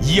以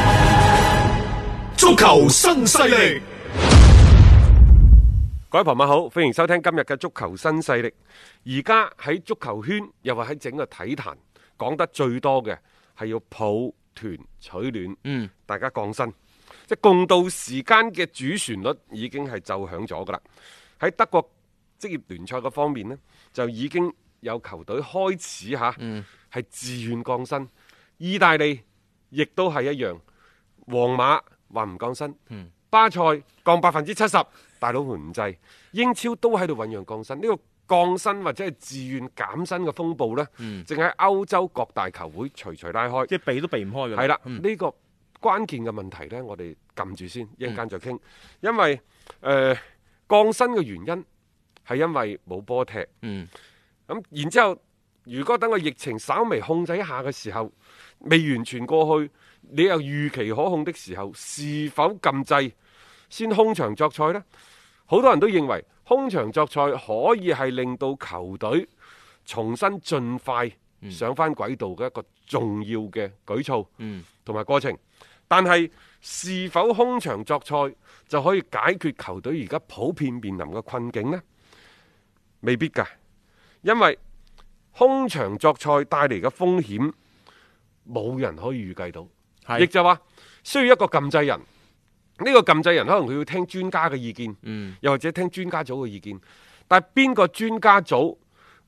足球新勢力，各位朋友好，歡迎收聽今日嘅足球新勢力。而家喺足球圈，又或喺整個體壇講得最多嘅係要抱團取暖，嗯，大家降薪，即係共度時間嘅主旋律已經係奏響咗噶啦。喺德國職業聯賽嘅方面呢，就已經有球隊開始吓，係、自願降薪。意大利亦都係一樣，皇馬話唔降薪，嗯巴塞降百分之七十，大佬們唔制，英超都喺度醖釀降薪。呢、個降薪或者係自願減薪嘅風暴呢，正喺歐洲各大球會徐徐拉開。嗯即係避都避唔開㗎。嗯係啦，呢個關鍵嘅問題呢，我哋撳住先，嗯一陣間再傾。因為誒、呃降薪嘅原因係因為冇波踢。嗯。咁然之後，如果等個疫情稍微控制一下嘅時候，未完全過去，你又預期可控的時候，是否禁制先空場作賽呢？好多人都認為空場作賽可以係令到球隊重新盡快上翻軌道嘅一個重要嘅舉措，同埋過程。但係是否空場作賽就可以解決球隊而家普遍面臨嘅困境呢？未必㗎，因為空場作賽帶嚟嘅風險冇人可以預計到，係亦就話需要一個禁制人。呢、個禁制人可能佢要聽專家嘅意見，嗯又或者聽專家組嘅意見。但係邊個專家組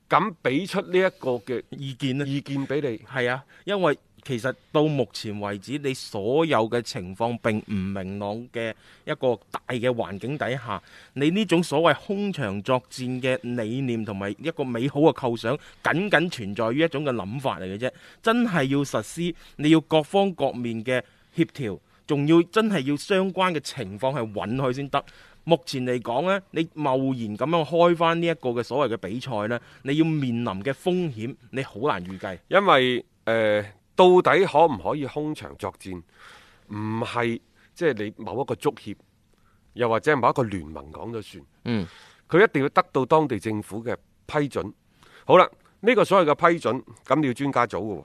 敢俾出呢一個嘅意見呢？意見俾你？係啊，因為其實到目前為止，你所有嘅情況並唔明朗嘅一個大嘅環境底下，你呢種所謂空場作戰嘅理念同埋一個美好嘅構想，僅僅存在於一種嘅諗法嚟嘅啫。真係要實施，你要各方各面嘅協調，仲要真係要相關嘅情況係允許先得。目前嚟講呢，你貿然咁樣開翻呢一個嘅所謂嘅比賽呢，你要面臨嘅風險，你好難預計。因為誒、呃到底可唔可以空場作戰，唔係即係你某一個足協，又或者係某一個聯盟講咗算。嗯，佢一定要得到當地政府嘅批准。好啦，呢、個所謂嘅批准，咁你要專家組嘅喎。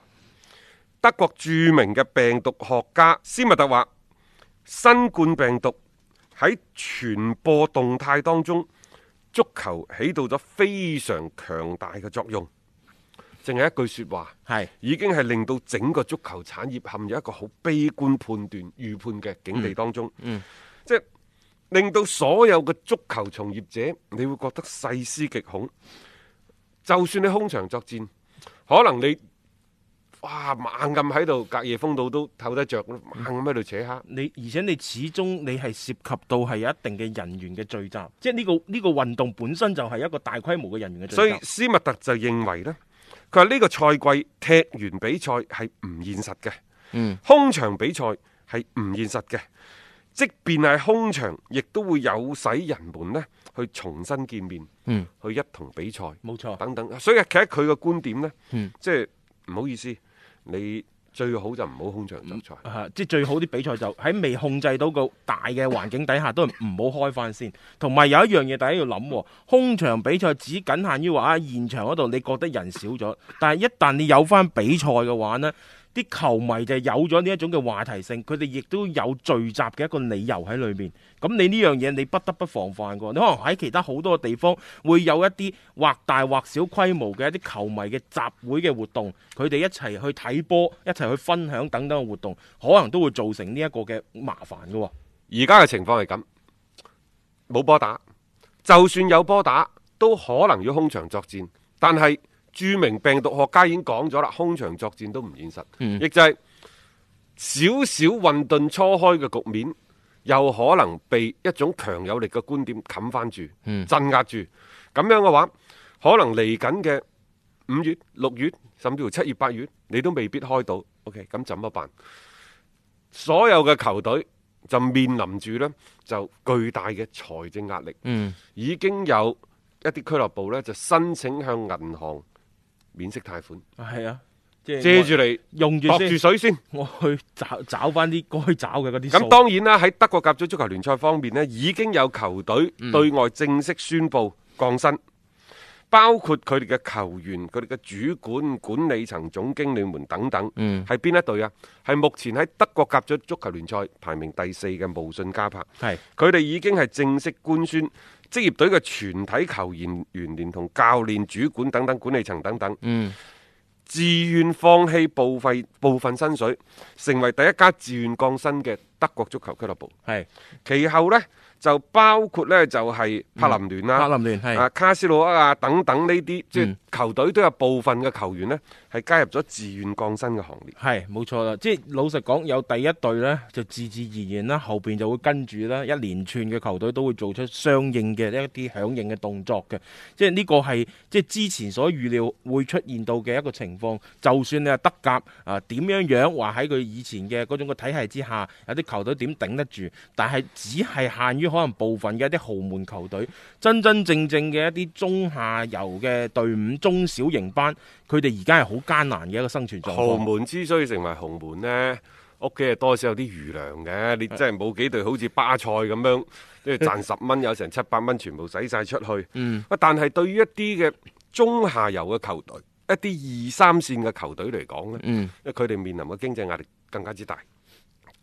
德國著名嘅病毒學家斯密特話：新冠病毒喺傳播動態當中，足球起到咗非常強大嘅作用。淨係一句説話。係已經係令到整個足球產業陷入一個好悲觀判斷、預判嘅境地當中。即係令到所有嘅足球從業者，你會覺得細思極恐。就算你空場作戰，可能你哇猛咁喺度隔夜風度都透得着，猛咁喺度扯黑。你，而且你始終你係涉及到係有一定嘅人員嘅聚集，即係呢、個呢、個運動本身就係一個大規模嘅人員嘅聚集。所以斯密特就認為呢，佢話呢個賽季踢完比賽係唔現實嘅，空場比賽係唔現實嘅，即便係空場，亦都會有使人們呢去重新見面，去一同比賽冇錯，等等。所以企喺佢嘅觀點呢，即係唔好意思，你最好就唔好空場作賽。啊即係最好啲比賽就喺未控制到個大嘅環境底下，都係唔好開翻先。同埋有一樣嘢大家要諗喎，空場比賽只僅限於話啊現場嗰度你覺得人少咗，但係一旦你有翻比賽嘅話呢。啲球迷就有咗呢一種嘅話題性，佢哋亦都有聚集嘅一個理由喺裏面。咁你呢樣嘢你不得不防範㗎。你可能喺其他好多地方會有一啲或大或小規模嘅一啲球迷嘅集會嘅活動，佢哋一齊去睇波、一齊去分享等等嘅活動，可能都會造成呢一個嘅麻煩㗎喎。而家嘅情況係咁，冇波打，就算有波打，都可能要空場作戰。但係著名病毒學家已經講咗啦，空場作戰都唔現實，亦就係少少混沌初開嘅局面，又可能被一種強有力嘅觀點冚翻住、鎮壓住。咁樣嘅話，可能嚟緊嘅五月、六月，甚至乎七月、八月，你都未必開到。OK，咁怎麼辦？所有嘅球隊就面臨住呢就巨大嘅財政壓力，嗯已經有一啲俱樂部呢就申請向銀行免息貸款，係啊，即係借住嚟用住度住先，水先。我去找找翻啲該找嘅嗰啲數。咁當然啦，喺德國甲組足球聯賽方面呢，已經有球隊嗯對外正式宣布降薪，包括佢哋嘅球員、佢哋嘅主管、管理層、總經理們等等。嗯係邊一隊啊？係目前喺德國甲組足球聯賽排名第四嘅無信加柏。係佢哋已經係正式官宣職業隊嘅全體球員員連同教練、主管等等管理層等等，嗯自願放棄部費部分薪水，成為第一家自願降薪嘅德國足球俱樂部。係其後呢，就包括呢就係、柏林聯啦、嗯柏林聯係啊卡斯魯啊等等呢啲，即係嗯球隊都有部分嘅球員呢係加入咗自願降薪嘅行列。係冇錯啦，即係老實講，有第一隊呢，就自自然然啦，後邊就會跟住啦，一連串嘅球隊都會做出相應嘅一啲響應嘅動作嘅，即係呢個係即係之前所預料會出現到嘅一個情況。就算你係德甲啊點樣樣話喺佢以前嘅嗰種嘅體系之下，有啲球隊點頂得住，但係只係限於可能部分嘅一啲豪門球隊，真真正正嘅一啲中下游嘅隊伍、中小型班，佢哋而家係好艱難嘅一個生存狀豪況。門之所以成為豪門呢，屋企係多少有啲餘糧嘅。你真係冇幾隊好似巴塞咁樣，即係賺十蚊有成七百蚊，全部使晒出去。嗯啊但係對於一啲嘅中下游嘅球隊，一啲二三線嘅球隊嚟講呢，嗯。因為佢哋面臨嘅經濟壓力更加之大。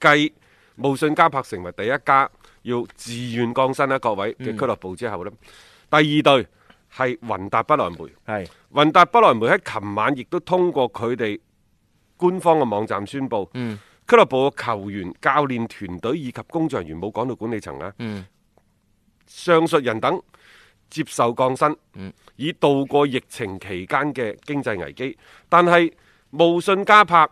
繼無信加柏成為第一家要自願降薪啊啦，各位嘅嗯俱樂部之後呢，第二隊係雲達不來梅。系雲達不來梅喺琴晚亦都通過佢哋官方嘅網站宣布，嗯俱樂部嘅球員、教練團隊以及工作人員冇講到管理層啊，嗯上述人等接受降薪，嗯以度過疫情期間嘅經濟危機。但係無信加柏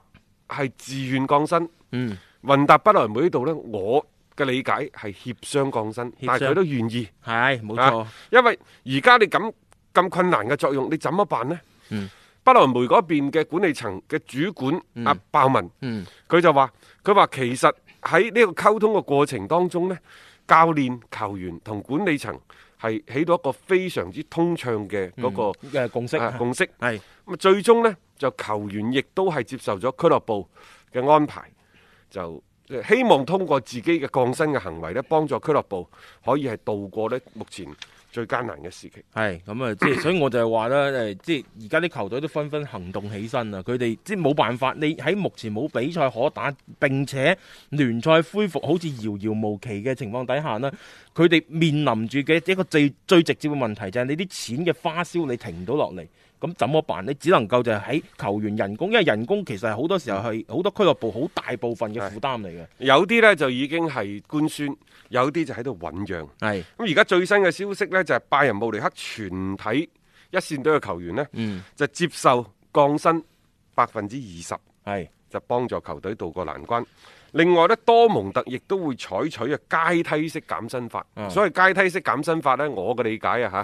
係自願降薪，嗯雲達不來梅呢度呢，我嘅理解係協商降薪，協但係佢商都願意。系冇錯啊，因為而家你咁咁困難嘅作用，你怎麼辦呢？嗯，不萊梅嗰邊嘅管理層嘅主管阿、鮑文，嗯佢就話：佢話其實喺呢個溝通嘅過程當中呢，教練、球員同管理層係起到一個非常之通暢嘅嗰、個。嘅共識啊共識係咁啊最終呢，就球員亦都係接受咗俱樂部嘅安排，就即係希望通過自己嘅降薪嘅行為呢，幫助俱樂部可以係度過呢目前最艱難嘅時期。係咁啊，即 係所以我就係話啦，誒，即係而家啲球隊都紛紛行動起身啦，啊佢哋即係冇辦法，你喺目前冇比賽可打，並且聯賽恢復好似遙遙無期嘅情況底下呢，佢哋面臨住嘅一個最最直接嘅問題就係你啲錢嘅花銷你停唔到落嚟。咁怎麼辦？你只能夠就係喺球員人工，因為人工其實係好多時候係好多俱樂部好大部分嘅負擔嚟嘅。有啲呢，就已經係官宣，有啲就喺度醖釀。係，咁而家最新嘅消息呢，就係、拜仁慕尼黑全體一線隊嘅球員呢，嗯，就接受降薪百分之二十。係，就幫助球隊渡過難關。另外咧，多蒙特亦都會採取嘅階梯式減薪法。嗯所謂階梯式減薪法呢，我嘅理解啊嚇，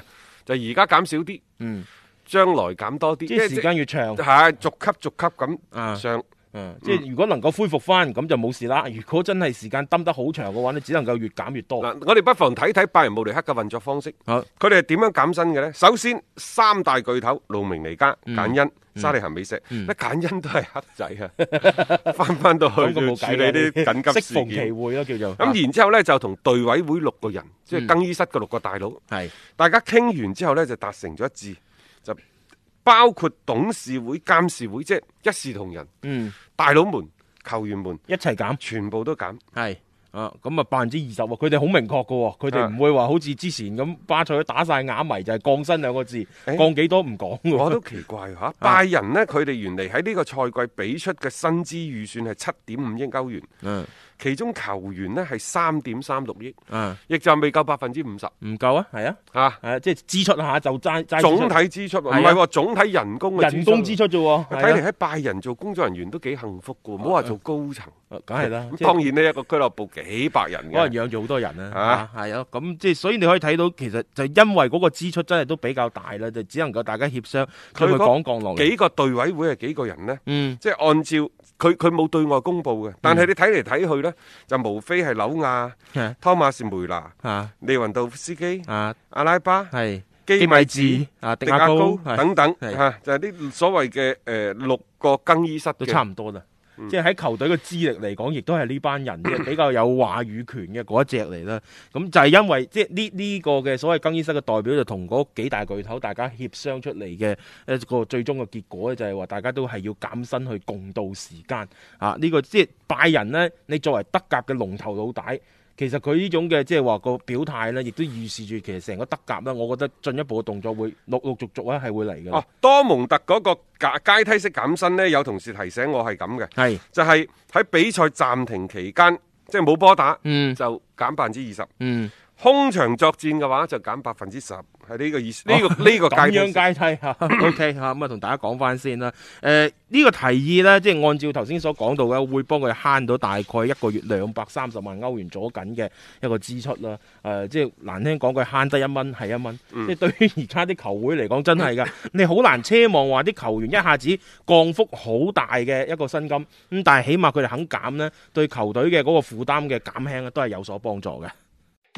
就而家減少啲，嗯，將來減多啲，即係時間越長。係逐級逐級啊咁上。嗯，即係如果能夠恢復翻，咁就冇事啦。如果真係時間蹲得好長嘅話，你只能夠越減越多。嗱、我哋不妨睇睇拜仁慕尼黑嘅運作方式。好佢哋係點樣減薪嘅呢？首先三大巨頭路明尼加、簡恩、沙利咸美石，乜簡恩都係黑仔啊， 翻翻到去要咁處就理冇計啦啲緊急適事逢其件。會咯，叫做啊咁然之後呢，就同隊委會六個人，即嗯係更衣室嘅六個大佬，係大家傾完之後呢，就達成咗一致，就包括董事會、監事會，即係一視同仁，嗯大佬們、球員們一齊減全部都減。係啊，咁啊百分之二十喎，佢哋好明確噶喎，啊佢哋唔會話好似之前咁巴塞打晒啞謎就係降薪兩個字，誒降幾多唔講㗎喎我 都奇怪啊嚇，拜仁呢，佢哋原嚟喺呢個賽季俾出嘅薪資預算係七點五億歐元，嗯其中球員呢係三點三六億，嗯，亦就係未夠百分之五十唔夠啊，係啊，嚇。係啊即係支出下就齋齋支出總體支出喎唔係啊係喎，總體人工嘅人工支出啫喎，係啊睇嚟喺拜仁做工作人員都幾幸福嘅喎，唔好話做高層。啊梗係啦，咁即係當然呢，一個俱樂部幾百人嗰嘅，人養咗好多人啦啊，係啊，咁即係所以你可以睇到，其實就因為嗰個支出真係都比較大啦，就只能夠大家協商，佢佢咪嗰講降落嚟，幾個隊委會係幾個人呢？嗯即係按照佢佢冇對外公佈嘅，但係你睇嚟睇去呢，就無非係紐亞、係湯馬士梅拿、啊利雲道夫斯基、啊阿拉巴、係基米治治、啊迪迪亞亞高高係等等係嚇，就係呢所謂嘅誒六個更衣室都嘅差唔多啦。即係喺球隊嘅資歷嚟講，亦都係呢班人即係比較有話語權嘅嗰一隻嚟啦。咁就係因為即係呢呢個嘅所謂更衣室嘅代表，就同嗰幾大巨頭大家協商出嚟嘅一個最終嘅結果咧，就係話大家都係要減薪去共度時間啊！呢、個即係拜仁呢，你作為德甲嘅龍頭老大。其實佢呢種嘅即係話個表態呢，亦都預示住其實成個德甲呢，我覺得進一步嘅動作會陸陸續續咧係會嚟嘅。哦，多蒙特嗰個階階梯式減薪呢，有同事提醒我係咁嘅，係就係喺比賽暫停期間，即係冇波打，嗯就減百分之二十。嗯，空場作戰嘅話就減百分之十，係呢個意思。呢、個呢、個哦咁階段樣階梯嚇 ，OK 嚇，咁啊同大家講翻先啦。誒、呃呢、個提議呢，即係按照頭先所講到嘅，會幫佢慳到大概一個月兩百三十萬歐元左緊嘅一個支出啦。誒、呃即係難聽講，佢慳得一蚊係一蚊。即係對於而家啲球會嚟講，真係㗎，你好難奢望話啲球員一下子降幅好大嘅一個薪金。咁但係起碼佢哋肯減呢，對球隊嘅嗰個負擔嘅減輕啊咧，都係有所幫助嘅。